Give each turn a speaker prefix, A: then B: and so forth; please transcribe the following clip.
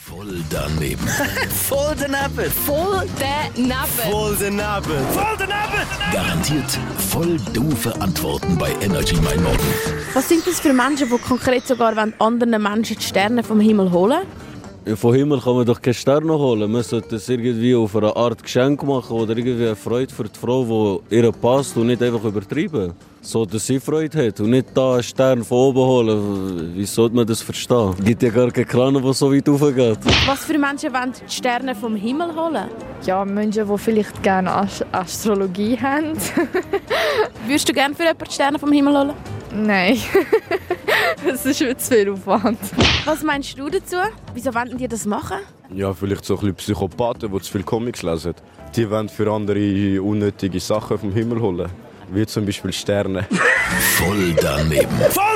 A: Voll daneben.
B: Voll daneben.
C: Voll daneben.
B: Voll daneben. Voll daneben.
A: Garantiert voll doofe Antworten bei Energy Mein Morgen.
C: Was sind das für Menschen, die konkret sogar wollen, anderen Menschen die Sterne vom Himmel holen
D: Ja, Von Himmel kann man doch keine Sterne holen. Man sollte es irgendwie auf eine Art Geschenk machen oder irgendwie eine Freude für die Frau, die ihr passt und nicht einfach übertreiben. So, dass sie Freude hat und nicht da einen Stern von oben holen. Wie sollte man das verstehen? Es gibt ja gar keinen Kran, der so weit raufgeht.
C: Was für Menschen wollen die Sterne vom Himmel holen?
E: Ja, Menschen, die vielleicht gerne Ast Astrologie haben.
C: Würdest du gerne für jemanden die Sterne vom Himmel holen?
E: Nein, das ist mir zu viel Aufwand.
C: Was meinst du dazu? Wieso wollen die das machen?
F: Ja, vielleicht so ein bisschen Psychopathen, die zu viel Comics lesen. Die wollen für andere unnötige Sachen vom Himmel holen. Wie zum Beispiel Sterne.
A: Voll daneben. Voll